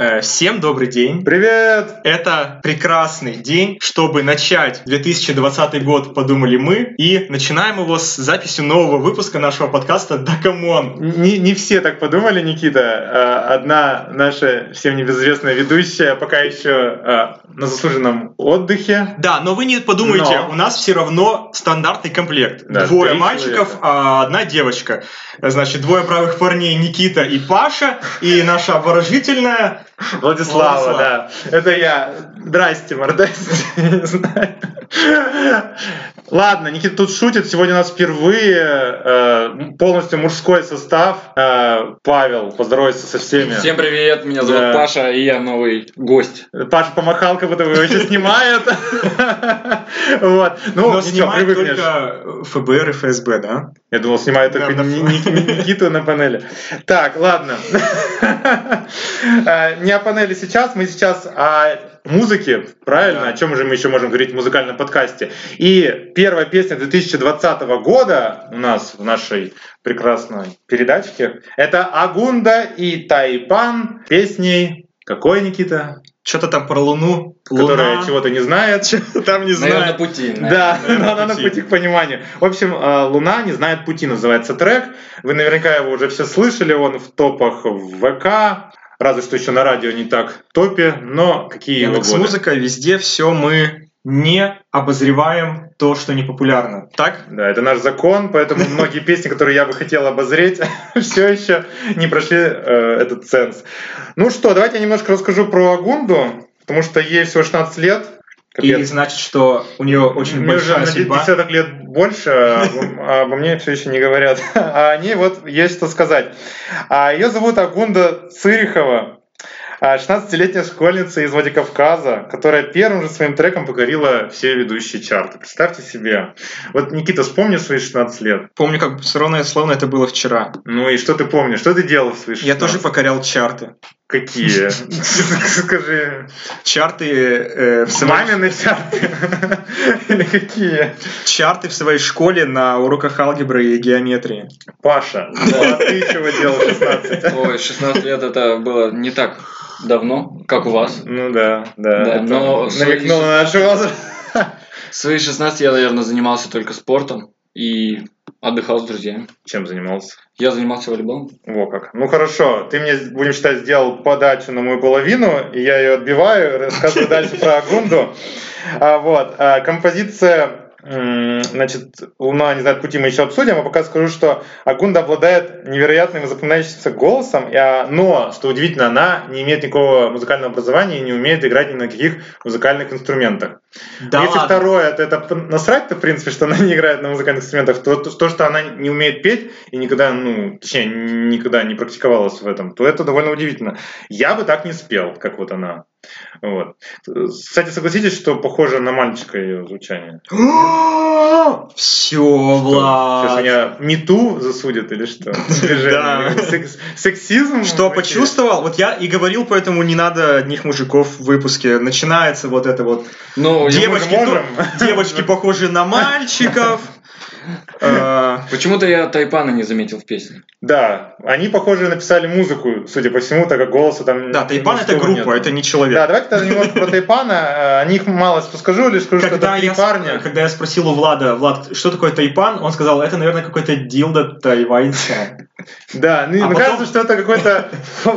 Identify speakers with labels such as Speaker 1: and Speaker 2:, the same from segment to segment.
Speaker 1: Э, Всем добрый день.
Speaker 2: Привет!
Speaker 1: Это прекрасный день, чтобы начать 2020 год, подумали мы, и начинаем его с записью нового выпуска нашего подкаста «Да камон».
Speaker 2: Не, не все так подумали, Никита. а Одна наша всем небезызвестная ведущая пока еще а, на заслуженном отдыхе.
Speaker 1: Да, но вы не подумайте,
Speaker 2: Но.
Speaker 1: у нас все равно стандартный комплект.
Speaker 2: Да,
Speaker 1: двое
Speaker 2: три
Speaker 1: мальчиков,
Speaker 2: человека.
Speaker 1: а одна девочка. Значит, двое бравых парней Никита и Паша, и наша обворожительная...
Speaker 2: Владислава,
Speaker 1: Владислав.
Speaker 2: да. Это я. Здрасте, мордасти. Не знаю. Ладно, Никита тут шутит. Сегодня у нас впервые э, полностью мужской состав. Э, Павел, поздоровайся со всеми.
Speaker 3: Всем привет, меня зовут
Speaker 2: Да.
Speaker 3: Паша, и я новый гость.
Speaker 2: Паша помахал, как будто бы его еще снимает. Вот. Ну,
Speaker 1: но
Speaker 2: ничего,
Speaker 1: снимает
Speaker 2: привыкнешь.
Speaker 1: только ФБР и ФСБ, да?
Speaker 2: Я думал, снимаю только
Speaker 1: Да, да.
Speaker 2: Ни- Ни- Ни- Никиту на панели. Так, ладно. А, Не о панели сейчас, мы сейчас о музыке, правильно?
Speaker 1: Да.
Speaker 2: О чем же мы еще можем говорить в музыкальном подкасте? И первая песня 2020 года у нас в нашей прекрасной передачке это Агунда и Тайпан песней какой, Никита?
Speaker 1: Что-то там про Луну,
Speaker 2: Которая
Speaker 1: Луна...
Speaker 2: чего-то не знает.
Speaker 1: Там не
Speaker 3: Наверное,
Speaker 1: знаю.
Speaker 3: на пути. наверное.
Speaker 2: Да,
Speaker 1: Наверное,
Speaker 2: но она на
Speaker 1: пути.
Speaker 2: пути к пониманию. В общем, э, «Луна не знает пути» называется трек. Вы наверняка его уже все слышали, он в топах в ВК, разве что еще на радио не так в топе, но какие его
Speaker 1: Яндекс
Speaker 2: годы.
Speaker 1: Музыка, везде все мы не обозреваем то, что не популярно. Так?
Speaker 2: Да, это наш закон, поэтому многие песни, которые я бы хотел обозреть, все еще не прошли э, этот ценз. Ну что, давайте я немножко расскажу про Агунду, потому что ей всего 16 лет.
Speaker 1: И значит, что у нее очень
Speaker 2: Мне уже
Speaker 1: большая
Speaker 2: на
Speaker 1: судьба.
Speaker 2: десяток лет больше, а обо- а обо мне все еще не говорят. А о ней вот есть что сказать. А ее зовут Агунда Цырихова, а 16-летняя школьница из Владикавказа, которая первым же своим треком покорила все ведущие чарты. Представьте себе. Вот, Никита, вспомни свои 16 лет.
Speaker 1: Помню, как ровно словно это было вчера.
Speaker 2: Ну и что ты помнишь? Что ты делал в свои 16?
Speaker 1: Я тоже покорял чарты.
Speaker 2: Какие? Скажи.
Speaker 1: Чарты, э, в своей-
Speaker 2: Мамины чарты? Или какие?
Speaker 1: чарты в своей школе на уроках алгебры и геометрии.
Speaker 2: Паша, а ты чего делал в 16?
Speaker 3: Ой, 16 лет это было не так давно, как у вас.
Speaker 2: Ну да, да.
Speaker 3: Да,
Speaker 2: это
Speaker 3: но
Speaker 2: намекнуло на наш возраст.
Speaker 3: В свои 16 я, наверное, занимался только спортом и отдыхал с друзьями.
Speaker 2: Чем занимался?
Speaker 3: Я занимался волейболом.
Speaker 2: Во как. Ну хорошо, ты мне, будем считать, сделал подачу на мою половину, и я ее отбиваю, рассказываю дальше про Агунду. А, вот, а, композиция, м, значит, «Луна не знает пути» мы еще обсудим, а пока скажу, что Агунда обладает невероятным и запоминающимся голосом, и, а, но, что удивительно, она не имеет никакого музыкального образования и не умеет играть ни на каких музыкальных инструментах.
Speaker 1: Да
Speaker 2: Если
Speaker 1: ладно.
Speaker 2: второе, то это п- насрать-то, в принципе, что она не играет на музыкальных инструментах, то, то, что она не умеет петь и никогда, ну, точнее, никогда не практиковалась в этом, то это довольно удивительно. Я бы так не спел, как вот она. Вот. Кстати, согласитесь, что похоже на мальчика ее звучание.
Speaker 1: Все,
Speaker 2: Что, Сейчас
Speaker 1: Влад.
Speaker 2: меня мету засудят или что?
Speaker 1: Да.
Speaker 2: Секс- Сексизм?
Speaker 1: Что
Speaker 2: в эфире.
Speaker 1: почувствовал? Вот я и говорил, поэтому не надо одних мужиков в выпуске. Начинается вот это вот
Speaker 3: Ну,
Speaker 1: Где-
Speaker 3: я-
Speaker 2: Мы же
Speaker 1: девочки
Speaker 2: можем.
Speaker 1: Девочки похожи на мальчиков. Э,
Speaker 3: почему-то я Тайпана не заметил в песне.
Speaker 2: Да, они, похоже, написали музыку, судя по всему, так как голоса там...
Speaker 1: Да, Тайпан это
Speaker 2: мужского
Speaker 1: группа,
Speaker 2: нету.
Speaker 1: это не
Speaker 2: Да,
Speaker 1: человек.
Speaker 2: давайте тогда немножко про Тайпана. Э, О них мало что скажу, лишь скажу, что
Speaker 1: Когда
Speaker 2: это три
Speaker 1: я,
Speaker 2: парня.
Speaker 1: когда я спросил у Влада, Влад, что такое тайпан, он сказал, это, наверное, какой-то дилда тайваньца.
Speaker 2: Да, ну,
Speaker 1: А потом-
Speaker 2: мне кажется, что это какой-то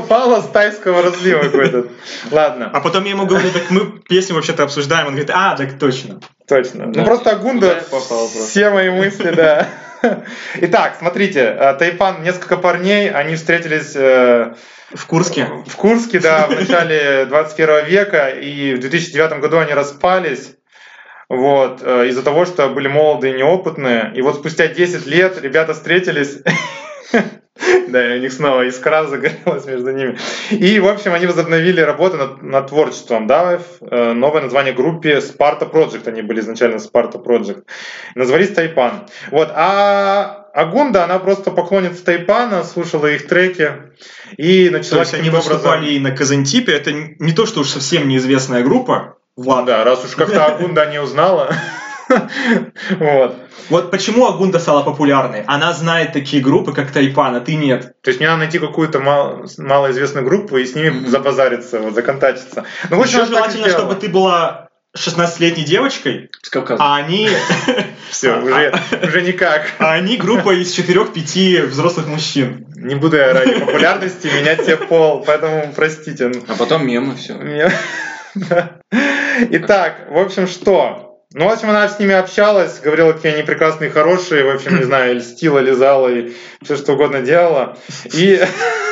Speaker 2: фалос тайского разлива какой-то. Ладно,
Speaker 1: А потом я ему говорю, так мы песню вообще-то обсуждаем. Он говорит, а, так точно.
Speaker 2: точно. Ну
Speaker 3: Да.
Speaker 2: просто
Speaker 3: Да,
Speaker 2: Агунда,
Speaker 3: я попал просто.
Speaker 2: все мои мысли, да. Итак, смотрите, э, Тайпан, несколько парней, они встретились э,
Speaker 1: В Курске.
Speaker 2: в Курске, да, в начале 21 века, и в 2009 году они распались. Вот, э, из-за того, что были молоды и неопытные. И вот спустя 10 лет ребята встретились. Да, и у них снова искра загорелась между ними. И, в общем, они возобновили работу над, над творчеством, да, в- э, новое название группе Sparta Project, они были изначально Sparta Project, назвались Тайпан. Вот, а Агунда, она просто поклонница Тайпана, слушала их треки и
Speaker 1: То
Speaker 2: начала
Speaker 1: есть они
Speaker 2: каким-то образом...
Speaker 1: выступали и на Казантипе. Это не то, что уж совсем неизвестная группа.
Speaker 2: Ладно, раз уж как-то Агунда не узнала, Вот.
Speaker 1: Вот почему Агунда стала популярной? Она знает такие группы, как Тайпан, а ты нет.
Speaker 2: То есть мне надо найти какую-то мал- малоизвестную группу и с ними
Speaker 3: Мгм.
Speaker 2: запозариться, вот, законтачиться. Ну, в общем,
Speaker 1: Еще
Speaker 2: она так и
Speaker 1: желательно,
Speaker 2: сделала.
Speaker 1: чтобы ты была 16-летней девочкой,
Speaker 3: С Кавказа.
Speaker 1: а они,
Speaker 2: Все, уже, уже никак.
Speaker 1: а они группа из 4-5 взрослых мужчин.
Speaker 2: Не буду я ради популярности менять себе пол, поэтому простите. ну,
Speaker 3: А потом мемы, все.
Speaker 2: мне- Да. Итак, в общем, что? Ну, в общем, она с ними общалась, говорила, какие они прекрасные, хорошие, в общем, не знаю, льстила, лизала и все что угодно делала. И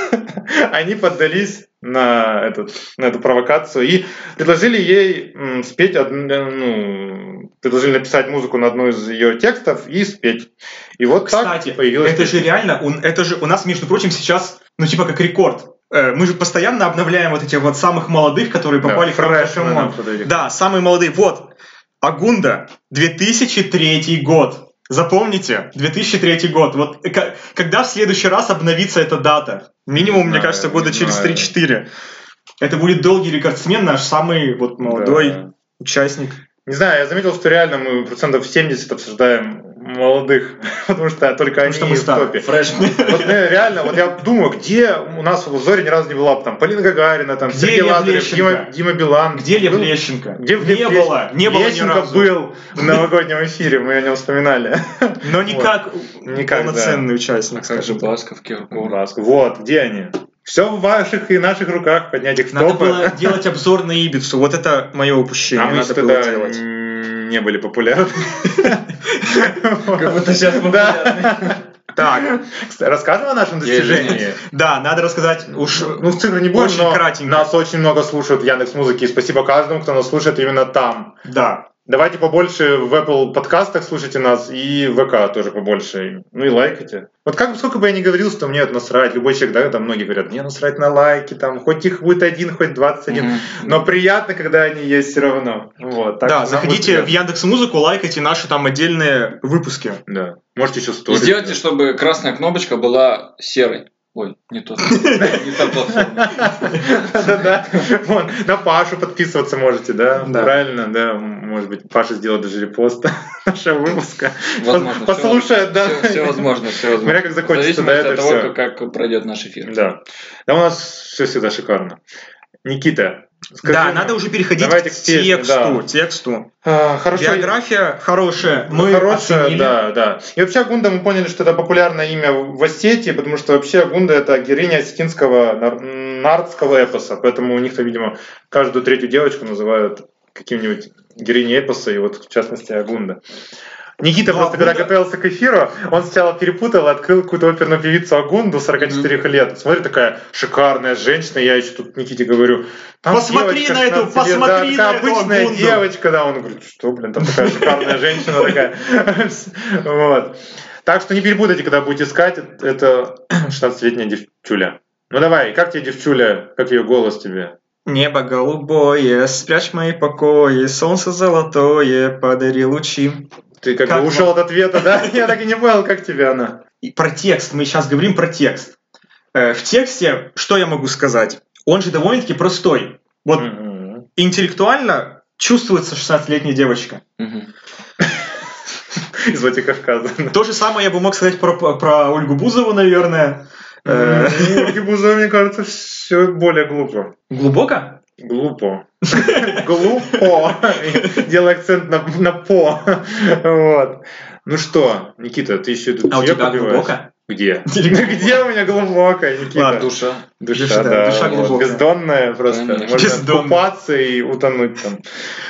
Speaker 2: они поддались на, этот, на эту провокацию и предложили ей м, спеть, одну, э, ну, предложили написать музыку на одну из ее текстов и спеть. И вот
Speaker 1: Кстати,
Speaker 2: так появилась...
Speaker 1: это же реально, у- это же у нас, между прочим, сейчас, ну типа как рекорд. Э, Мы же постоянно обновляем вот этих вот самых молодых, которые
Speaker 2: Да,
Speaker 1: попали в
Speaker 2: фреш,
Speaker 1: Камон.
Speaker 2: наверное, подавили.
Speaker 1: Да, самые молодые. Вот, Агунда, 2003 год. Запомните, 2003 год. Вот э, ко- когда в следующий раз обновится эта дата? Минимум, мне
Speaker 2: знаю,
Speaker 1: кажется, года
Speaker 2: не
Speaker 1: через
Speaker 2: знаю.
Speaker 1: 3-4. Это будет долгий рекордсмен, наш самый вот молодой
Speaker 2: Да.
Speaker 1: участник.
Speaker 2: Не знаю, я заметил, что реально мы процентов 70 обсуждаем молодых, потому что только
Speaker 1: Потому что
Speaker 2: они
Speaker 1: мы
Speaker 2: в
Speaker 1: старые.
Speaker 2: топе.
Speaker 3: Фрешман.
Speaker 2: Вот э, реально, вот я думаю, где у нас в обзоре ни разу не была бы там Полина Гагарина, там
Speaker 1: Где
Speaker 2: Сергей
Speaker 1: Лев
Speaker 2: Лазарев,
Speaker 1: Лещенко?
Speaker 2: Дима, Дима Билан. Ну,
Speaker 1: Где Лев
Speaker 2: Был-
Speaker 1: Лещенко?
Speaker 2: Где Лев
Speaker 1: не
Speaker 2: Лещенко?
Speaker 1: было, не было ни
Speaker 2: Лещенко
Speaker 1: разу.
Speaker 2: был в новогоднем эфире, мы о нем вспоминали.
Speaker 1: Но не
Speaker 2: Вот.
Speaker 1: как
Speaker 2: Никак,
Speaker 1: полноценный
Speaker 3: А
Speaker 1: участник.
Speaker 3: как же
Speaker 1: скажем.
Speaker 3: Басков, Киркоров?
Speaker 2: Уразку. Вот, где они? Все в ваших и наших руках, поднять их в
Speaker 1: Надо
Speaker 2: топы.
Speaker 1: было делать обзор на Ибицу. Вот это мое упущение.
Speaker 2: а мы
Speaker 1: Надо
Speaker 2: же
Speaker 1: было
Speaker 2: тогда
Speaker 1: делать.
Speaker 2: не были популярны.
Speaker 3: Как будто сейчас
Speaker 2: Да.
Speaker 1: Так,
Speaker 2: Кстати, Расскажем о нашем
Speaker 3: Я
Speaker 2: достижении.
Speaker 3: извиняюсь.
Speaker 1: да, надо рассказать уж...
Speaker 2: Ну, цифры не будем,
Speaker 1: Очень
Speaker 2: но
Speaker 1: кратенько.
Speaker 2: нас очень много слушают в Яндекс Музыки. И спасибо каждому, кто нас слушает именно там.
Speaker 1: Да,
Speaker 2: Давайте побольше в Apple подкастах слушайте нас и в ВК тоже побольше. Ну и лайкайте. Вот как бы сколько бы я ни говорил, что мне это насрать, любой человек, да, там многие говорят, мне насрать на лайки, там, хоть их будет один, хоть 21.
Speaker 3: Мгм.
Speaker 2: Но приятно, когда они есть все равно. Вот, так
Speaker 1: да,
Speaker 2: что нам
Speaker 1: заходите
Speaker 2: будет
Speaker 1: в Яндекс Музыку, лайкайте наши там отдельные выпуски.
Speaker 2: приятно. Да. Можете еще
Speaker 3: И
Speaker 2: сторис.
Speaker 3: сделайте, чтобы красная кнопочка была серой. Ой, не тот. Не та платформа.
Speaker 2: Да-да-да. Вон, на Пашу подписываться можете, да?
Speaker 1: Да.
Speaker 2: Правильно, да. Может быть, Паша сделает даже репост нашего выпуска.
Speaker 3: Возможно. всё-
Speaker 2: Послушает, да.
Speaker 3: всё- всё возможно, все возможно.
Speaker 2: Смотря как закончится,
Speaker 3: В
Speaker 2: да,
Speaker 3: зависимости
Speaker 2: это
Speaker 3: от того,
Speaker 2: все.
Speaker 3: как как пройдет наш эфир.
Speaker 2: Да. Да у нас все всегда шикарно. Никита, скажи
Speaker 1: да,
Speaker 2: нам-
Speaker 1: надо уже переходить
Speaker 2: давайте
Speaker 1: к
Speaker 2: к песне,
Speaker 1: тексту.
Speaker 2: да.
Speaker 1: Тексту.
Speaker 2: А, Хорошо.
Speaker 1: Биография хорошая. Мы
Speaker 2: хорошая,
Speaker 1: оценили.
Speaker 2: Ну, да, да. И вообще Агунда, мы поняли, что это популярное имя в Осетии, потому что вообще Агунда это героиня осетинского нар- нардского эпоса, поэтому у них-то, видимо, каждую третью девочку называют каким-нибудь героиней эпоса, и вот в частности Агунда. Никита
Speaker 1: Ну,
Speaker 2: просто, когда
Speaker 1: Агунда-
Speaker 2: готовился к эфиру, он сначала перепутал, открыл какую-то оперную певицу Агунду 44 лет. Смотри, такая шикарная женщина, я еще тут Никите говорю, там
Speaker 1: Посмотри
Speaker 2: девочка
Speaker 1: на эту,
Speaker 2: 16 лет,
Speaker 1: посмотри
Speaker 2: да,
Speaker 1: на
Speaker 2: такая
Speaker 1: эту
Speaker 2: обычная
Speaker 1: Агунду.
Speaker 2: девочка, да, он говорит, что, блин, там такая шикарная женщина такая, вот. Так что не перепутайте, когда будете искать, это 16-летняя девчуля. Ну давай, как тебе девчуля, как ее голос тебе?
Speaker 1: Небо голубое, спрячь мои покои, солнце золотое, подари лучи.
Speaker 2: Ты как,
Speaker 1: Как
Speaker 2: бы ушел от ответа, да? Я так и не понял, как тебе она.
Speaker 1: И про текст, мы сейчас говорим про текст. Э, в тексте, что я могу сказать? Он же довольно-таки простой. Вот
Speaker 2: Мгм.
Speaker 1: интеллектуально чувствуется 16-летняя девочка.
Speaker 3: Мгм.
Speaker 2: Из Владикавказа.
Speaker 1: То же самое я бы мог сказать про, про Ольгу Бузову, наверное. Э,
Speaker 2: Ольги Бузовой, ну, мне кажется, все более глупо.
Speaker 1: Глубоко? А
Speaker 2: Глупо. Глупо. Делай акцент на, на по. Вот. Ну что, Никита, ты еще тут
Speaker 1: А у
Speaker 2: её
Speaker 1: тебя
Speaker 2: пробиваешь?
Speaker 1: глубоко?
Speaker 2: Где?
Speaker 1: Или глубоко?
Speaker 2: Где у меня глубоко, Никита?
Speaker 1: Ладно,
Speaker 3: Душа.
Speaker 1: Душа, да, душа
Speaker 2: вот,
Speaker 1: глубокая.
Speaker 2: Бездонная просто.
Speaker 3: Конечно.
Speaker 2: Можно
Speaker 1: Бездонная.
Speaker 2: купаться и утонуть там.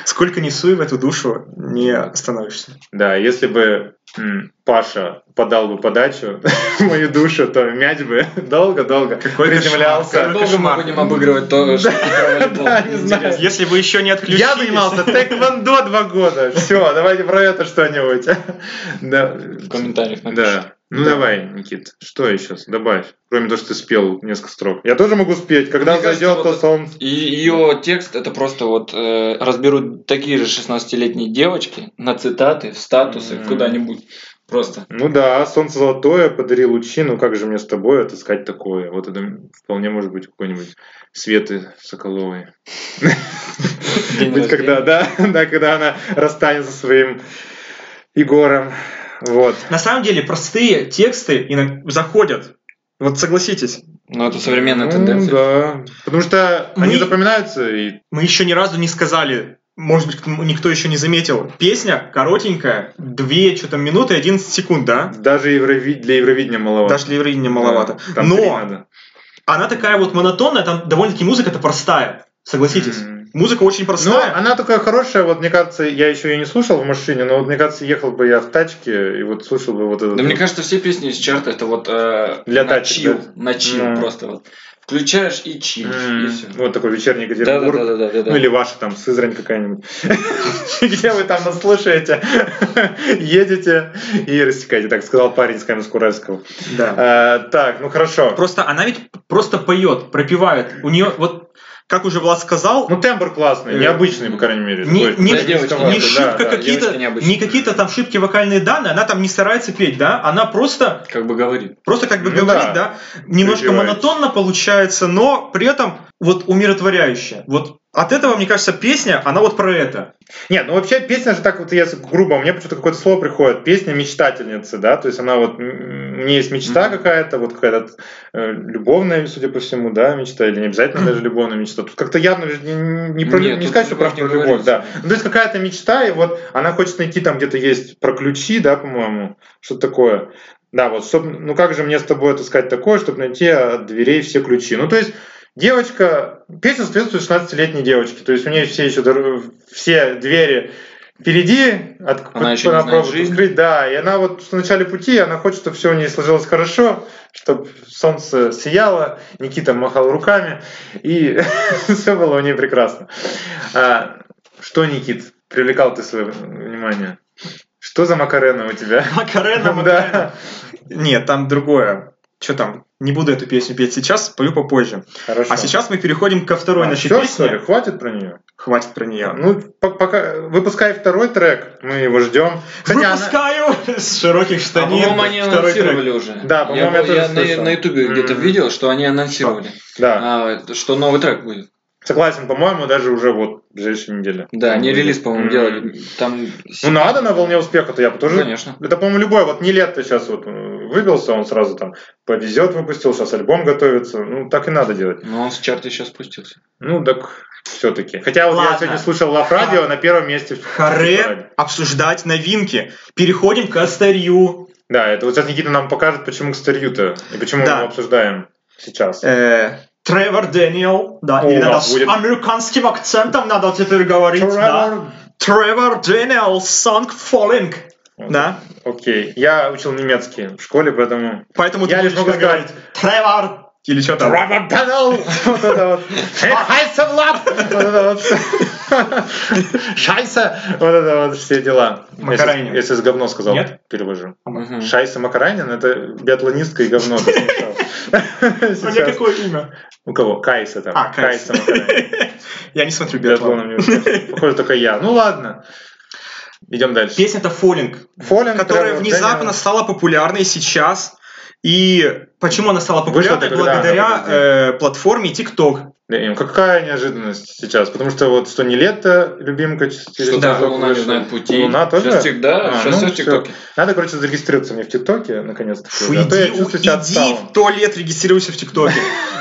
Speaker 1: Сколько не суй в эту душу, не остановишься.
Speaker 2: Да, если бы м, Паша подал бы подачу в мою душу, то мяч бы долго-долго
Speaker 1: Какой кошмар.
Speaker 2: приземлялся.
Speaker 3: Как долго мы
Speaker 1: кошмар.
Speaker 3: будем обыгрывать то, что
Speaker 2: Да, не знаю.
Speaker 1: Если вы еще не отключились...
Speaker 2: Я занимался тэквондо два года. Все, давайте про это что-нибудь. Да.
Speaker 3: В комментариях напишите.
Speaker 2: Да. Ну давай, Никит, что еще добавь? Кроме того, что ты спел несколько строк. Я тоже могу спеть. Когда
Speaker 3: Мне кажется,
Speaker 2: зайдет, то
Speaker 3: вот-
Speaker 2: солнце.
Speaker 3: И ее текст это просто вот э, разберут такие же 16-летние девочки на цитаты, в статусы,
Speaker 2: Мгм.
Speaker 3: куда-нибудь. Просто.
Speaker 2: Ну да, солнце золотое, подари лучи, ну как же мне с тобой отыскать такое? Вот это вполне может быть какой-нибудь Светы Соколовой.
Speaker 3: День
Speaker 2: Ведь
Speaker 3: рождения.
Speaker 2: когда, да, да, когда она расстанется со своим Егором. Вот.
Speaker 1: На самом деле простые тексты иногда заходят. Вот согласитесь.
Speaker 3: Но это современная
Speaker 2: Ну,
Speaker 3: тенденция.
Speaker 2: да. Потому что они
Speaker 1: Мы-
Speaker 2: запоминаются и
Speaker 1: Мы еще ни разу не сказали, может быть, никто еще не заметил. Песня коротенькая, 2 что-то минуты 11 секунд, да?
Speaker 2: даже еврови- для Евровидения маловато.
Speaker 1: Даже для Евровидения маловато.
Speaker 2: Да, там три
Speaker 1: Но
Speaker 2: надо.
Speaker 1: она такая вот монотонная, там довольно-таки музыка-то простая. Согласитесь.
Speaker 2: М.
Speaker 1: Музыка очень
Speaker 2: Ну,
Speaker 1: простая.
Speaker 2: она такая хорошая, вот мне кажется, я еще ее не слушал в машине, но вот мне кажется, ехал бы я в тачке и вот слушал бы вот этот.
Speaker 3: Да мне кажется, все песни из чарта это вот э,
Speaker 2: Для
Speaker 3: на
Speaker 2: тачек,
Speaker 3: чил,
Speaker 2: да?
Speaker 3: на чил
Speaker 2: Ну.
Speaker 3: просто вот. Включаешь и чилишь,
Speaker 2: М.
Speaker 3: и все.
Speaker 2: Вот такой вечерний
Speaker 3: Да, да,
Speaker 2: Екатеринбург.
Speaker 3: да, да, да, да,
Speaker 2: Ну или ваша там Сызрань какая-нибудь. Где вы там нас слушаете, едете и рассекаете, так сказал парень с Каменск-Уральского.
Speaker 1: Да.
Speaker 2: Э, Так, ну хорошо.
Speaker 1: Просто она ведь просто поет, пропевает. У нее вот, как уже Влад сказал,
Speaker 2: Ну тембр классный, необычный, по крайней мере.
Speaker 1: Не-
Speaker 2: такой,
Speaker 1: не-
Speaker 2: знаешь,
Speaker 3: Э, не
Speaker 2: рисковатый,
Speaker 1: не
Speaker 3: да,
Speaker 1: шибко
Speaker 3: да,
Speaker 1: какие-то,
Speaker 3: девочка необычная.
Speaker 1: не какие-то там шибки вокальные данные, она там не старается петь, да, она просто,
Speaker 3: Как бы говорит.
Speaker 1: просто как бы
Speaker 2: Ну
Speaker 1: говорит, да, немножко
Speaker 2: Припевает.
Speaker 1: монотонно получается, но при этом вот умиротворяюще. Вот от этого, мне кажется, песня, она вот про это.
Speaker 2: Нет, ну вообще песня же так вот, если грубо, мне почему-то какое-то слово приходит, песня мечтательницы, да, то есть она вот, м, у нее есть мечта
Speaker 3: Мгм.
Speaker 2: какая-то, вот какая-то э, любовная, судя по всему, да, мечта, или не обязательно даже любовная мечта, тут как-то явно же не, не, про лю-
Speaker 3: Нет,
Speaker 2: не
Speaker 3: тут
Speaker 2: сказать, что прям
Speaker 3: любовь
Speaker 2: про
Speaker 3: не А,
Speaker 2: любовь,
Speaker 3: говорится.
Speaker 2: да. Ну, то есть какая-то мечта, и вот она хочет найти там где-то есть про ключи, да, по-моему, что-то такое. Да, вот, чтоб, ну как же мне с тобой отыскать такое, чтобы найти от дверей все ключи. Ну, то есть девочка, песня соответствует 16-летней девочке, то есть у нее все еще дор- все двери впереди, от,
Speaker 3: Она еще не знает
Speaker 2: пробует
Speaker 3: жизнь.
Speaker 2: открыть, да, и она вот в начале пути, она хочет, чтобы все у нее сложилось хорошо, чтобы солнце сияло, Никита махал руками, и все было у нее прекрасно. А, что, Никит, привлекал ты свое внимание? Что за Макарена у тебя?
Speaker 1: Макарена, Макарена.
Speaker 2: Да,
Speaker 1: Нет, там другое. Что там? Не буду эту песню петь сейчас, пою попозже.
Speaker 2: хорошо.
Speaker 1: А сейчас мы переходим ко второй
Speaker 2: А,
Speaker 1: нашей
Speaker 2: всё,
Speaker 1: песне.
Speaker 2: что ли? Хватит про нее.
Speaker 1: Хватит про нее.
Speaker 2: Ну, по- пока выпускай второй трек, мы его ждем. Кстати, она-
Speaker 1: Выпускаю с широких
Speaker 3: А,
Speaker 1: штанин.
Speaker 3: по-моему, они
Speaker 1: Второй трек.
Speaker 3: анонсировали уже.
Speaker 2: Да, по-моему, я
Speaker 3: я,
Speaker 2: тоже
Speaker 3: я на,
Speaker 2: слышал.
Speaker 3: на ютубе где-то
Speaker 2: Мгм.
Speaker 3: видел, что они анонсировали,
Speaker 2: Да.
Speaker 3: а, что новый трек будет.
Speaker 2: Согласен, по-моему, даже уже вот в ближайшей неделе.
Speaker 3: Да, они релиз, по-моему,
Speaker 2: Мгм.
Speaker 3: делали. Там...
Speaker 2: Ну надо на волне успеха-то я бы тоже.
Speaker 3: Конечно.
Speaker 2: Это, по-моему, любой. Вот не лето сейчас вот э, выбился, он сразу там повезет, выпустил, сейчас альбом готовится. Ну, так и надо делать.
Speaker 3: Но он с чарта сейчас спустился.
Speaker 2: Ну, так все-таки. Хотя вот я
Speaker 1: Ладно.
Speaker 2: сегодня слушал Лав Радио на первом месте. в Радио.
Speaker 1: Харе обсуждать новинки. Переходим к Астарью.
Speaker 2: Да, это вот сейчас Никита нам покажет, почему к старью-то. И почему
Speaker 1: Да.
Speaker 2: мы его обсуждаем сейчас.
Speaker 1: Э, Тревор Дэниел, да,
Speaker 2: О,
Speaker 1: или
Speaker 2: у
Speaker 1: надо
Speaker 2: нас
Speaker 1: с
Speaker 2: будет.
Speaker 1: американским акцентом надо теперь говорить, да.
Speaker 2: Тревор
Speaker 1: Тревор Дэниел, Song Falling, да.
Speaker 2: Окей. Я учил немецкий в школе, поэтому...
Speaker 1: Поэтому
Speaker 2: Я
Speaker 1: ты
Speaker 2: лишь
Speaker 1: будешь
Speaker 2: могу
Speaker 1: говорить Тревор или что там.
Speaker 2: Робот-педал! Вот это вот. Эй, Хайса, Влад! Вот это вот. Шайса! Вот это вот все дела.
Speaker 1: Макаранин.
Speaker 2: Я сейчас говно сказал.
Speaker 1: Нет?
Speaker 2: Перевожу.
Speaker 3: Мгм.
Speaker 2: Шайса Макаранин — это биатлонистка и говно. ты смешал.
Speaker 1: Ну, У меня
Speaker 2: Сейчас.
Speaker 1: какое имя?
Speaker 2: У кого? Кайса там.
Speaker 1: А, Кайс.
Speaker 2: Кайса ну, Макаранин.
Speaker 1: Я не смотрю биатлон.
Speaker 2: Биатлоном не увлекаюсь. Похоже, только я. Ну ладно. Идем дальше.
Speaker 1: Песня-то Falling,
Speaker 2: Фолин,
Speaker 1: которая
Speaker 2: Тревор,
Speaker 1: внезапно
Speaker 2: Дэниел.
Speaker 1: стала популярной сейчас. И почему она стала
Speaker 2: Вышла
Speaker 1: популярной?
Speaker 2: тогда, да,
Speaker 1: Благодаря
Speaker 2: да.
Speaker 1: э, платформе TikTok.
Speaker 2: Дэниел, Эм, Какая неожиданность сейчас, потому что вот что не лето, любимка через
Speaker 3: Что даже
Speaker 2: ТикТок
Speaker 3: Луна не
Speaker 2: вышла.
Speaker 3: знает пути.
Speaker 2: Луна тоже?
Speaker 3: Сейчас тик- да,
Speaker 2: А,
Speaker 3: сейчас
Speaker 2: ну,
Speaker 3: все в
Speaker 2: всё.
Speaker 3: ТикТоке.
Speaker 2: Надо, короче, зарегистрироваться мне в ТикТоке, наконец-то.
Speaker 1: Фу,
Speaker 2: а то я
Speaker 1: иди,
Speaker 2: чувствую себя
Speaker 1: иди
Speaker 2: отсталым.
Speaker 1: в туалет, регистрируйся в ТикТоке.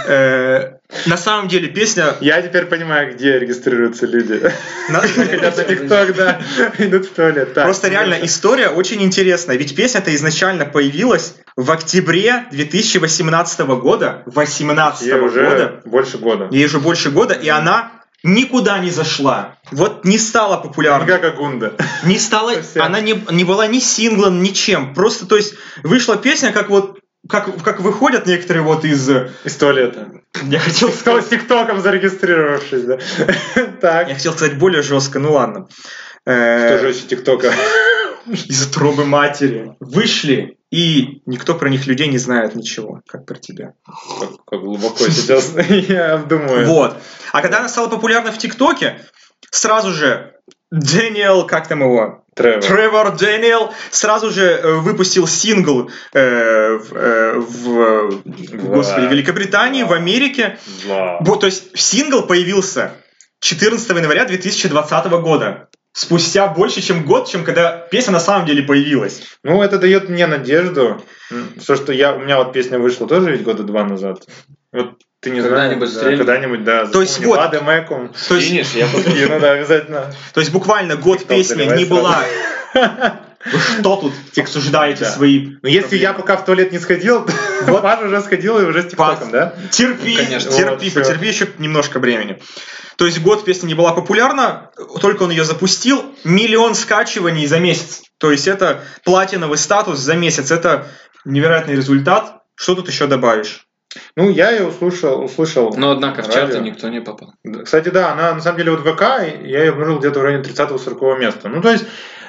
Speaker 1: Э, На самом деле песня...
Speaker 2: Я теперь понимаю, где регистрируются люди.
Speaker 1: на-
Speaker 2: Хотят на ТикТок, да, идут в туалет. Так, ну,
Speaker 1: Просто реально история очень интересная, ведь песня-то изначально появилась в октябре 2018 года, 18
Speaker 2: Ей уже
Speaker 1: года,
Speaker 2: больше года.
Speaker 1: ей уже больше года, и она никуда не зашла. Вот не стала популярной.
Speaker 2: Как Агунда.
Speaker 1: Не стала,
Speaker 2: Совсем.
Speaker 1: она не, не была ни синглом, ничем. Просто, то есть, вышла песня, как вот, как, как выходят некоторые вот из... э,
Speaker 2: Из туалета.
Speaker 1: Я хотел
Speaker 2: Кто
Speaker 1: сказать,
Speaker 2: с ТикТоком зарегистрировавшись, да.
Speaker 1: я
Speaker 2: Так.
Speaker 1: хотел сказать более жестко, ну ладно. Э,
Speaker 2: Что жестче ТикТока?
Speaker 1: из трубы матери. Вышли, и никто про них людей не знает ничего, как про тебя.
Speaker 2: Как как глубоко сейчас я обдумываю.
Speaker 1: Вот. А когда она стала популярна в ТикТоке, сразу же Дэниел, как там его,
Speaker 2: Тревор.
Speaker 1: Тревор Дэниел сразу же э, выпустил сингл э, в, э, в, э, господи, Великобритании, в Америке.
Speaker 2: Да.
Speaker 1: Вот, то есть сингл появился 14 января 2020 года. спустя больше, чем год, чем когда песня на самом деле появилась.
Speaker 2: Ну, это дает мне надежду. Все, что я... У меня вот песня вышла тоже ведь года два назад. Вот ты не
Speaker 3: Когда-нибудь
Speaker 2: знаешь, да,
Speaker 3: стрельнет.
Speaker 2: когда-нибудь, да.
Speaker 1: То есть
Speaker 2: запомни.
Speaker 1: вот-
Speaker 2: Лада Мэком.
Speaker 1: То есть,
Speaker 3: Кинешь, я пос-
Speaker 2: Кину, Ну да, обязательно.
Speaker 1: то есть буквально год
Speaker 2: Никто
Speaker 1: песни не
Speaker 2: заливает
Speaker 1: была. Вы что тут обсуждаете
Speaker 2: Да.
Speaker 1: свои?
Speaker 2: Но если я пока в туалет не сходил, то Паша уже сходил и уже с ТикТоком,
Speaker 1: Пас.
Speaker 2: да?
Speaker 1: Терпи,
Speaker 3: Конечно.
Speaker 1: терпи,
Speaker 2: Вот, всё.
Speaker 1: потерпи еще немножко времени. То есть год песня не была популярна, только он ее запустил, миллион скачиваний за месяц. То есть это платиновый статус за месяц, это невероятный результат. Что тут еще добавишь?
Speaker 2: Ну, я ее услышал, услышал.
Speaker 3: Но однако в
Speaker 2: Радио.
Speaker 3: чарты никто не попал.
Speaker 2: Да, Кстати, да, она на самом деле вот в ВК, и я ее обнаружил где-то в районе 30-40 места. Ну, то есть,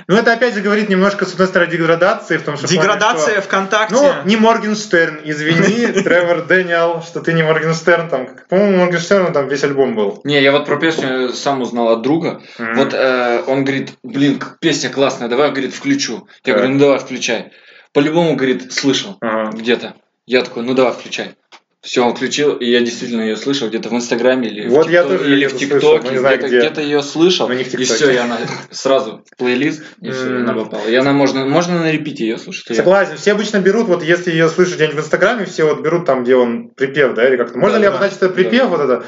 Speaker 2: ну это опять же говорит немножко, с одной стороны, деградации, в том, что...
Speaker 1: Деградация
Speaker 2: плане,
Speaker 1: ВКонтакте.
Speaker 2: что, ну, не Моргенштерн, извини, Тревор Дэниел, что ты не Моргенштерн, там, по-моему, Моргенштерн там весь альбом был.
Speaker 3: Не, я вот про песню сам узнал от друга.
Speaker 2: М.
Speaker 3: Вот э, он говорит, блин, к- песня классная, давай, говорит, включу. Я
Speaker 2: Так.
Speaker 3: говорю, ну давай, включай. По-любому, говорит, слышал
Speaker 2: Ага.
Speaker 3: где-то. Я такой, ну давай, включай. Все, он включил, и я действительно ее слышал где-то в Инстаграме или
Speaker 2: Вот
Speaker 3: в
Speaker 2: я
Speaker 3: ТикТоке,
Speaker 2: тоже
Speaker 3: или
Speaker 2: где-то
Speaker 3: в
Speaker 2: слышал,
Speaker 3: ТикТоке,
Speaker 2: но не знаю,
Speaker 3: где-то,
Speaker 2: где.
Speaker 3: где-то ее слышал,
Speaker 2: Но не в
Speaker 3: и
Speaker 2: ТикТоке.
Speaker 3: все, и она сразу в плейлист, и все, и она
Speaker 2: М.
Speaker 3: попала. И она можно, можно на репите ее слушать. или-
Speaker 2: Согласен, все обычно берут, вот если ее слышишь где-нибудь в Инстаграме, все вот берут там, где он припев, да, или как-то. Можно
Speaker 3: Да,
Speaker 2: ли
Speaker 3: да,
Speaker 2: обозначить, что это припев, вот это,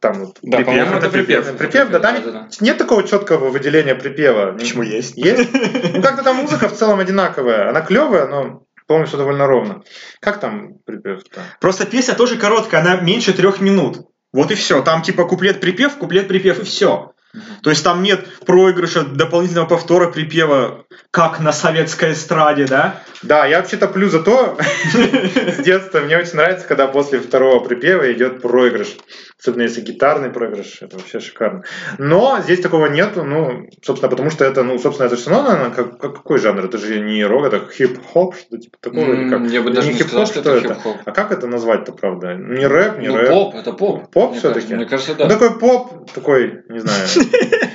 Speaker 2: там вот,
Speaker 3: Да,
Speaker 2: припев,
Speaker 3: по-моему,
Speaker 2: это
Speaker 3: это припев.
Speaker 2: припев. Припев, да, там ведь
Speaker 3: Да-да-да.
Speaker 2: нет такого четкого выделения припева.
Speaker 1: Почему есть?
Speaker 2: Есть? Ну, как-то там музыка в целом одинаковая. Она клевая, но помню, что довольно ровно. Как там припев-то?
Speaker 1: Просто песня тоже короткая, она меньше трех минут. Вот и все. Там типа куплет-припев, куплет-припев и все.
Speaker 3: Мгм.
Speaker 1: То есть там нет проигрыша, дополнительного повтора припева, как на советской эстраде, да?
Speaker 2: Да, я вообще топлю за то с детства. Мне очень нравится, когда после второго припева идет проигрыш. Особенно если гитарный проигрыш. Это вообще шикарно. Но здесь такого нету. Ну, собственно, потому что это, ну, собственно, это же равно, наверное, как, как- какой жанр? Это же не рок, это хип-хоп, что-то типа такого. или
Speaker 3: М,
Speaker 2: как?
Speaker 3: Я бы даже не
Speaker 2: хип-хоп,
Speaker 3: сказал, что это хип-хоп.
Speaker 2: А как это назвать-то, правда? Не рэп, не
Speaker 3: Ну,
Speaker 2: рэп.
Speaker 3: поп, это поп.
Speaker 2: Поп
Speaker 3: мне
Speaker 2: всё-таки?
Speaker 3: кажется. Мне кажется,
Speaker 2: Ну,
Speaker 3: да.
Speaker 2: такой поп, такой, не знаю.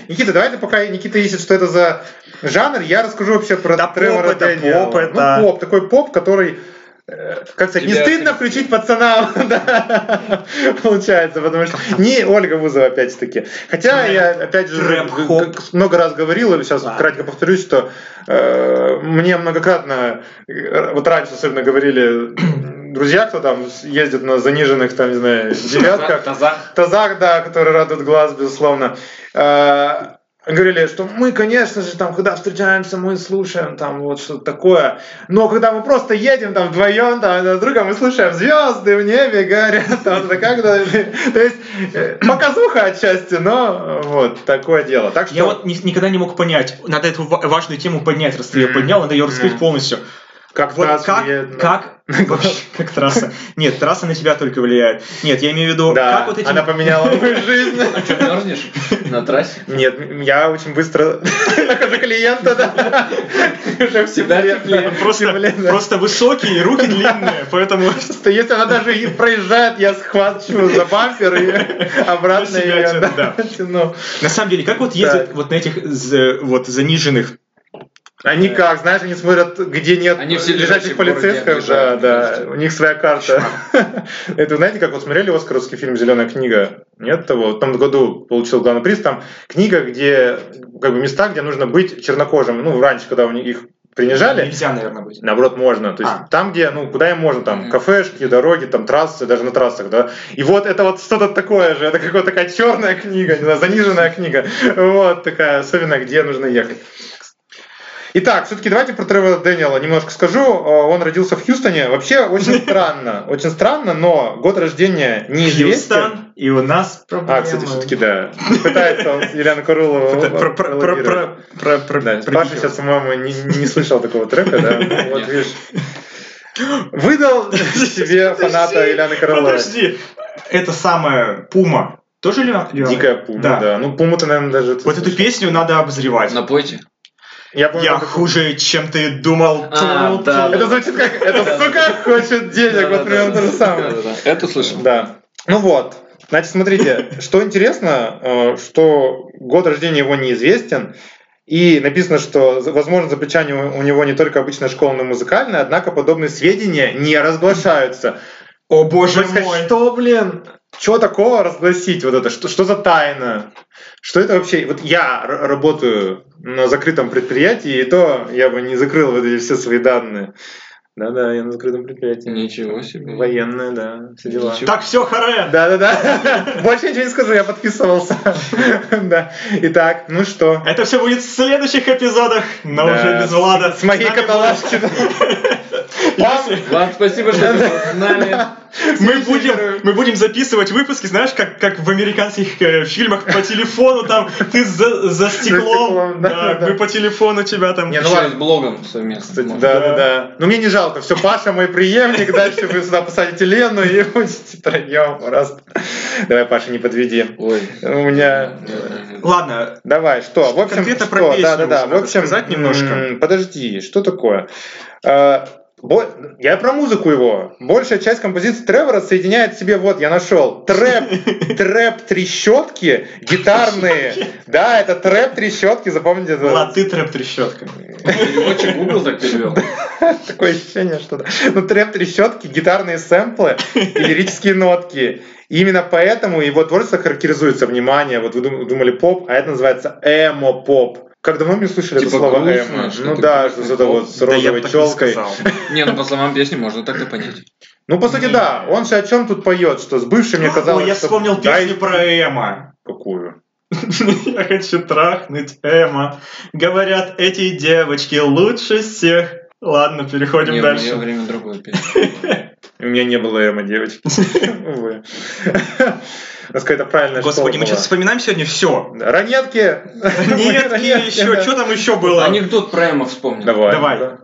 Speaker 2: Никита, давай ты пока Никита ищет, что это за жанр, я расскажу вообще про
Speaker 1: Да
Speaker 2: Тревора
Speaker 1: поп это,
Speaker 2: Дэниела.
Speaker 1: поп это.
Speaker 2: Ну, поп, такой поп, который, э, как сказать, не
Speaker 3: Тебя
Speaker 2: стыдно
Speaker 3: отри-
Speaker 2: включить пацанам, да, получается, потому что не Ольга Бузова, опять-таки. Хотя
Speaker 1: Рэп.
Speaker 2: я, опять же,
Speaker 1: Рэп,
Speaker 2: г-
Speaker 1: хоп.
Speaker 2: г- много раз говорил, и сейчас
Speaker 1: Ладно.
Speaker 2: кратко повторюсь, что э, мне многократно, э, вот раньше особенно говорили, друзья, кто там ездит на заниженных, там, не знаю, девятках,
Speaker 3: Тазах.
Speaker 2: Тазак, да, который радует глаз, безусловно. Э, Говорили, что мы, конечно же, там, когда встречаемся, мы слушаем там вот что-то такое. Но когда мы просто едем там вдвоем, там, друг с другом, мы слушаем звезды в небе горят, там, да как то То есть, э, показуха отчасти, но э, вот, такое дело. Так что...
Speaker 1: Я вот ни- никогда не мог понять, надо эту ва- важную тему поднять, раз ты ее
Speaker 2: Мгм.
Speaker 1: поднял, надо ее раскрыть
Speaker 2: Мгм.
Speaker 1: полностью.
Speaker 2: как
Speaker 1: Вот
Speaker 2: раз
Speaker 1: как,
Speaker 2: мне-
Speaker 1: как, вообще, как трасса. Нет, трасса на тебя только влияет. Нет, я имею в виду,
Speaker 2: Да,
Speaker 1: как вот
Speaker 2: она
Speaker 1: этим...
Speaker 2: поменяла мою жизнь.
Speaker 3: А что, мерзнешь на трассе?
Speaker 2: Нет, м- я очень быстро нахожу клиента, да. Уже всем
Speaker 3: Всегда
Speaker 2: лет,
Speaker 3: теплее.
Speaker 2: да,
Speaker 1: Просто,
Speaker 2: всем лет, да.
Speaker 1: просто высокие, и руки длинные, поэтому
Speaker 2: Просто если она даже и проезжает, я схвачу за бампер и обратно
Speaker 1: На себя
Speaker 2: ее
Speaker 1: тяну,
Speaker 2: да,
Speaker 1: да.
Speaker 2: тяну.
Speaker 1: на самом деле, как вот ездят вот на этих з- вот заниженных
Speaker 2: Они как, знаешь, они смотрят, где нет
Speaker 3: Они все
Speaker 2: лежачих
Speaker 3: лежачие в городе
Speaker 2: полицейских, да,
Speaker 3: объезжают,
Speaker 2: да,
Speaker 3: конечно.
Speaker 2: у них своя карта. Это, знаете, как вот смотрели оскаровский фильм «Зеленая книга»? Нет того? В том году получил главный приз, там книга, где, как бы места, где нужно быть чернокожим. Ну, раньше, когда у них их принижали,
Speaker 1: нельзя, наверное, быть.
Speaker 2: Наоборот, можно. То есть
Speaker 1: А.
Speaker 2: там, где, ну, куда им можно, там,
Speaker 3: Мгм.
Speaker 2: кафешки, дороги, там, трассы, даже на трассах, да. И вот это вот что-то такое же, это какая-то такая черная книга, не знаю, заниженная книга. Вот такая, особенно где нужно ехать. Итак, все-таки давайте про Тревора Дэниела немножко скажу. Э, Он родился в Хьюстоне. Вообще очень странно, очень странно, но год рождения неизвестен.
Speaker 1: Хьюстон, и у нас проблемы.
Speaker 2: А, кстати, все-таки да. Пытается он Елена Курулова.
Speaker 1: Это про- про- про- про- про- про-
Speaker 2: Да,
Speaker 1: про-
Speaker 2: Паша сейчас, по-моему, не, не слышал такого трека, да? Ну, Вот
Speaker 3: Нет.
Speaker 2: видишь. Выдал себе фаната
Speaker 1: Подожди,
Speaker 2: Елены Королевой.
Speaker 1: Подожди, это самая Пума. Тоже ли
Speaker 2: Дикая пума,
Speaker 1: Да.
Speaker 2: да. Ну, пуму-то, наверное, даже... ты
Speaker 1: Вот эту
Speaker 2: слышал.
Speaker 1: песню надо обозревать.
Speaker 3: На поте?
Speaker 2: Я помню,
Speaker 1: Я
Speaker 2: как-
Speaker 1: хуже, чем ты думал.
Speaker 3: А,
Speaker 1: Ту-ту.
Speaker 3: да.
Speaker 2: Это звучит как... Это сука хочет денег, вот примерно то же самое.
Speaker 3: Это слышал.
Speaker 2: Да. Ну вот. Значит, смотрите, что интересно, э, что год рождения его неизвестен, и написано, что за- возможно замечание у у него не только обычная школа, но и музыкальная, однако подобные сведения не разглашаются.
Speaker 1: О боже
Speaker 2: Можно сказать,
Speaker 1: мой.
Speaker 2: Что, блин? чего такого разгласить вот это? Что, что за тайна? Что это вообще? Вот я р- работаю на закрытом предприятии, и то я бы не закрыл вот эти все свои данные. Да-да, я на закрытом предприятии.
Speaker 3: Ничего себе.
Speaker 2: Военные, да, все дела.
Speaker 3: Ничего.
Speaker 1: Так, все, харе!
Speaker 2: Да-да-да. Больше ничего не скажу, я подписывался. Да. Итак, ну что?
Speaker 1: Это все будет в следующих эпизодах, но
Speaker 2: Да.
Speaker 1: уже без Влада.
Speaker 2: С моей
Speaker 1: С нами
Speaker 2: каталажки.
Speaker 1: будет- Если-
Speaker 3: Влад, спасибо, что ты был с нами.
Speaker 1: Мы
Speaker 2: Следующий герой.
Speaker 1: будем, мы будем записывать выпуски, знаешь, как, как в американских э, фильмах по телефону, там ты за, за стеклом,
Speaker 2: стеклом, да,
Speaker 1: да,
Speaker 2: да.
Speaker 1: мы по телефону тебя там.
Speaker 2: Не, ну
Speaker 3: Еще и
Speaker 2: ладно.
Speaker 3: с блогом совместно.
Speaker 2: Кстати,
Speaker 3: может.
Speaker 2: да, да, да. Но мне не жалко. Все, Паша мой преемник. Дальше вы сюда посадите Лену и будете втроем. Раз. Давай, Паша, не подведи.
Speaker 3: Ой.
Speaker 2: У меня...
Speaker 1: Ладно,
Speaker 2: Давай, что? В общем,
Speaker 1: Конкретно
Speaker 2: что?
Speaker 1: про песню
Speaker 2: да, да, да.
Speaker 1: уже
Speaker 2: В
Speaker 1: надо
Speaker 2: общем,
Speaker 1: сказать немножко.
Speaker 2: м, подожди, что такое? Э, бо- Я про музыку его. Большая часть композиции Тревора соединяет в себе, вот, я нашел, трэп, трэп трещотки, гитарные. Да, это трэп трещотки, запомните. это.
Speaker 1: Влад, ты трэп трещотка.
Speaker 3: Переводчик Google так перевел.
Speaker 2: Такое ощущение, что да. Ну, треп трещотки, гитарные сэмплы и лирические нотки. И именно поэтому его творчество характеризуется, внимание, вот вы дум- думали поп, а это называется эмо-поп. Как давно мы не слышали это
Speaker 3: Типа
Speaker 2: слово
Speaker 3: грустно,
Speaker 2: эмо?
Speaker 3: что
Speaker 2: Ну
Speaker 3: ты
Speaker 2: да,
Speaker 3: грустный
Speaker 2: что это
Speaker 3: поп.
Speaker 2: вот с
Speaker 1: Да я бы
Speaker 2: розовой
Speaker 1: так не
Speaker 2: челкой.
Speaker 1: сказал.
Speaker 3: Не, ну по словам песни можно так и понять.
Speaker 2: Ну, по сути,
Speaker 1: Не.
Speaker 2: да, он же о чем тут поет, что с бывшим мне казалось,
Speaker 1: Ой, я
Speaker 2: что-
Speaker 1: вспомнил
Speaker 2: Дай-
Speaker 1: песню про Эма.
Speaker 2: Какую?
Speaker 1: Я хочу трахнуть Эма. Говорят, эти девочки лучше всех. Ладно, переходим
Speaker 3: Не, в
Speaker 1: дальше.
Speaker 3: мое время другое песня.
Speaker 2: У меня не было эмо, девочки. Увы. Раска, это правильно.
Speaker 1: Господи, мы сейчас вспоминаем сегодня все.
Speaker 2: Ранетки!
Speaker 1: Нет,
Speaker 2: Ранетки,
Speaker 1: еще,
Speaker 2: да.
Speaker 1: что там еще было?
Speaker 3: Анекдот про Эма вспомнил.
Speaker 2: Давай.
Speaker 1: Давай.
Speaker 2: Да.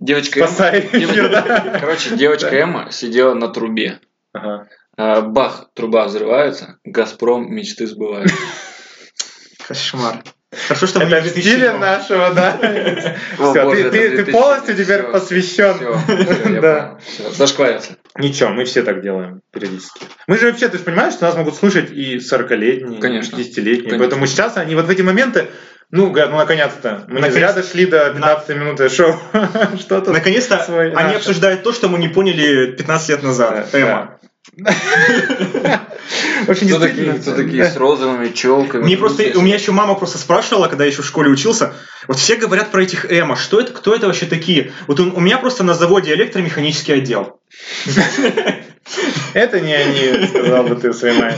Speaker 3: Девочка Эма.
Speaker 2: Спасай эфир, да.
Speaker 3: Короче, девочка Эма сидела на трубе.
Speaker 2: Ага.
Speaker 3: А, Бах, труба взрывается, Газпром мечты сбывает.
Speaker 1: Кошмар. Хорошо, что мы
Speaker 2: Это
Speaker 1: не
Speaker 2: в стиле
Speaker 1: 2000-м.
Speaker 2: нашего, да.
Speaker 3: О,
Speaker 2: Всё,
Speaker 3: боже,
Speaker 2: ты-
Speaker 3: это
Speaker 2: ты- Ты
Speaker 3: 2000,
Speaker 2: полностью теперь
Speaker 3: всё.
Speaker 2: посвящен.
Speaker 3: Все, я
Speaker 2: Да.
Speaker 3: понял. Всё, зашкварился.
Speaker 2: Ничего, мы все так делаем периодически. Мы же вообще, ты же понимаешь, что нас могут слушать и 40-летние,
Speaker 3: Конечно.
Speaker 2: и 50-летние.
Speaker 3: Конечно.
Speaker 2: Поэтому сейчас они вот в эти моменты, ну, говорят, ну, наконец-то, мы не
Speaker 1: Наконец-
Speaker 2: зря дошли до 15 минуты шоу. Что тут?
Speaker 1: Наконец-то
Speaker 2: Свой-
Speaker 1: они
Speaker 2: наше.
Speaker 1: обсуждают то, что мы не поняли 15 лет назад.
Speaker 2: Да,
Speaker 1: Эма.
Speaker 2: да. Очень
Speaker 3: Кто такие,
Speaker 2: действительно.
Speaker 3: кто такие с розовыми челками?
Speaker 1: Мне просто, у меня еще мама просто спрашивала, когда я еще в школе учился, вот все говорят про этих Эма, что это, кто это вообще такие? Вот у, у меня просто на заводе электромеханический отдел.
Speaker 2: Это не они, сказал бы ты своей маме.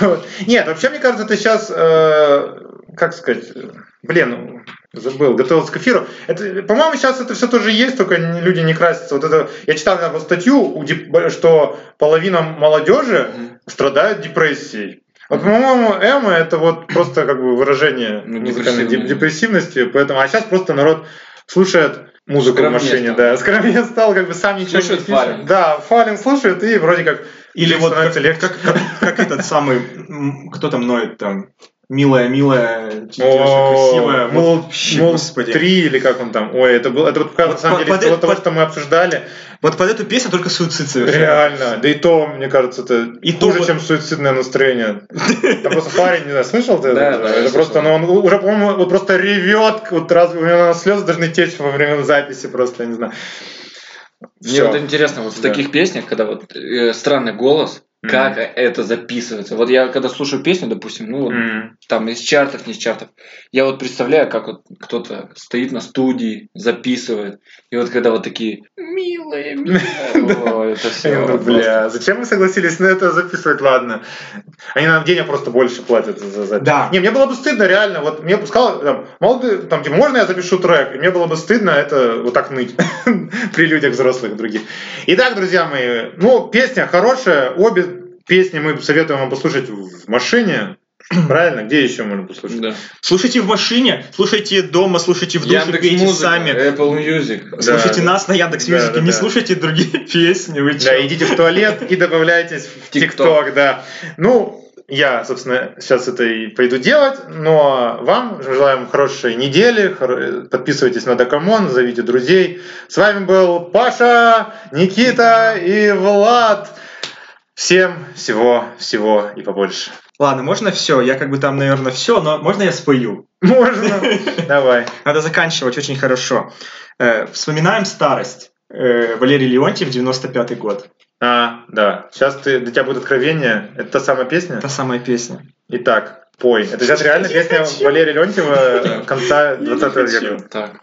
Speaker 2: Вот. Нет, вообще, мне кажется, ты сейчас, как сказать, э, блин, забыл, готовился к эфиру. Это, по-моему, сейчас это все тоже есть, только не- люди не красятся. Вот это, я читал недавно статью, у деп- что половина молодежи
Speaker 3: Мгм.
Speaker 2: страдают депрессией. Вот, по-моему, эмо это вот просто как бы выражение
Speaker 3: Ну,
Speaker 2: музыкальной деп-
Speaker 3: депрессивное.
Speaker 2: депрессивности, поэтому, а сейчас просто народ слушает музыку в
Speaker 3: Скромнее
Speaker 2: машине,
Speaker 3: стал.
Speaker 2: да. Скромнее стал, как бы сам ничего
Speaker 3: Слушает
Speaker 2: не пишет.
Speaker 3: Фалин.
Speaker 2: Да, Фалин слушает и вроде как
Speaker 1: Или
Speaker 2: Жизнь
Speaker 1: вот как,
Speaker 2: становится легче.
Speaker 1: как- как- как этот самый, м, кто там ноет там, милая, милая, девушка
Speaker 2: О,
Speaker 1: красивая. Вот
Speaker 2: Мол,
Speaker 1: вообще,
Speaker 2: мол,
Speaker 1: господи.
Speaker 2: три или как он там. Ой, это было, это вот, как,
Speaker 1: Вот
Speaker 2: на самом
Speaker 1: по-
Speaker 2: деле из
Speaker 1: под
Speaker 2: всего
Speaker 1: это-
Speaker 2: того,
Speaker 1: под-
Speaker 2: что мы обсуждали,
Speaker 1: Вот под эту песню только суицид совершенно.
Speaker 2: реально. Да и то, мне кажется, это
Speaker 1: И то
Speaker 2: хуже,
Speaker 1: вот-
Speaker 2: чем суицидное настроение. Там просто парень, не знаю, слышал ты?
Speaker 3: Да,
Speaker 2: это?
Speaker 3: да, я
Speaker 2: это
Speaker 3: слышал.
Speaker 2: просто, ну он уже, по-моему, вот просто ревет, вот раз у него слезы должны течь во время записи просто, я не знаю.
Speaker 3: Мне
Speaker 2: Всё.
Speaker 3: вот интересно, вот в
Speaker 2: Да.
Speaker 3: таких песнях, когда вот э, странный голос,
Speaker 2: Мгм.
Speaker 3: как это записывается. Вот я когда слушаю песню, допустим, ну вот
Speaker 2: М.
Speaker 3: там из чартов, не из чартов, я вот представляю, как вот кто-то стоит на студии, записывает, и вот когда вот такие «милая, милая», о, это
Speaker 2: Я
Speaker 1: Ну,
Speaker 3: все.
Speaker 2: говорю, Бля, зачем мы согласились на это записывать, ладно. Они нам денег просто больше платят за запись.
Speaker 1: Да.
Speaker 2: Не, мне было бы стыдно, реально. Вот мне пускал, там, мол, ты, там, типа, можно я запишу трек? И мне было бы стыдно это вот так ныть при людях взрослых других. Итак, друзья мои, ну, песня хорошая. Обе песни мы советуем вам послушать в в машине. Правильно? Где еще можно послушать?
Speaker 3: Да.
Speaker 1: Слушайте в машине, слушайте дома, слушайте в душе, пейте
Speaker 3: Яндекс.Музыка,
Speaker 1: сами.
Speaker 3: Apple Music.
Speaker 1: Слушайте
Speaker 2: да.
Speaker 1: нас на Яндекс
Speaker 2: Да, да,
Speaker 1: не
Speaker 2: да.
Speaker 1: слушайте другие песни. Вы чё?
Speaker 2: Да, идите в туалет и добавляйтесь в
Speaker 3: ТикТок.
Speaker 2: ТикТок, да. Ну, я, собственно, сейчас это и пойду делать, но вам желаем хорошей недели, хор- подписывайтесь на Дакамон, зовите друзей. С вами был Паша, Никита и Влад. Всем всего-всего и побольше.
Speaker 1: Ладно, можно все? Я как бы там, наверное, все, но можно я спою?
Speaker 2: Можно? Давай.
Speaker 1: Надо заканчивать очень хорошо. Э, вспоминаем старость. Э, Валерий Леонтьев, 95-й год.
Speaker 2: А, да. Сейчас ты, для тебя будет откровение. Это та самая песня?
Speaker 1: Та самая песня.
Speaker 2: Итак, пой. Это сейчас реально песня Валерия Леонтьева конца 20 века.
Speaker 3: Так.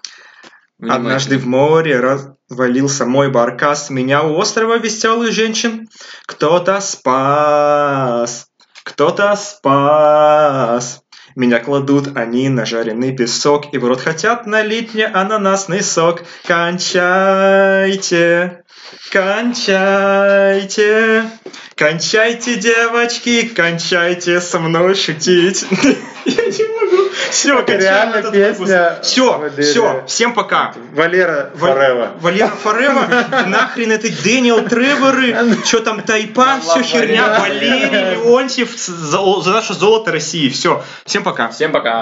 Speaker 1: Однажды в море развалился мой баркас, меня у острова веселых женщин кто-то спас, кто-то спас. Меня кладут они на жареный песок, и в рот хотят налить мне ананасный сок. Кончайте, кончайте, кончайте, девочки, кончайте со мной шутить. Я не могу. Все,
Speaker 2: Это реально песня.
Speaker 1: Все,
Speaker 2: Валерия.
Speaker 1: все, всем пока.
Speaker 2: Валера
Speaker 1: Валь-
Speaker 2: Форева.
Speaker 1: Валера Форева, нахрен это Дэниел Треворы, что там Тайпан, все херня,
Speaker 3: Валера.
Speaker 1: Валерий Леонтьев, за, за наше золото России, все. Всем пока.
Speaker 3: Всем пока.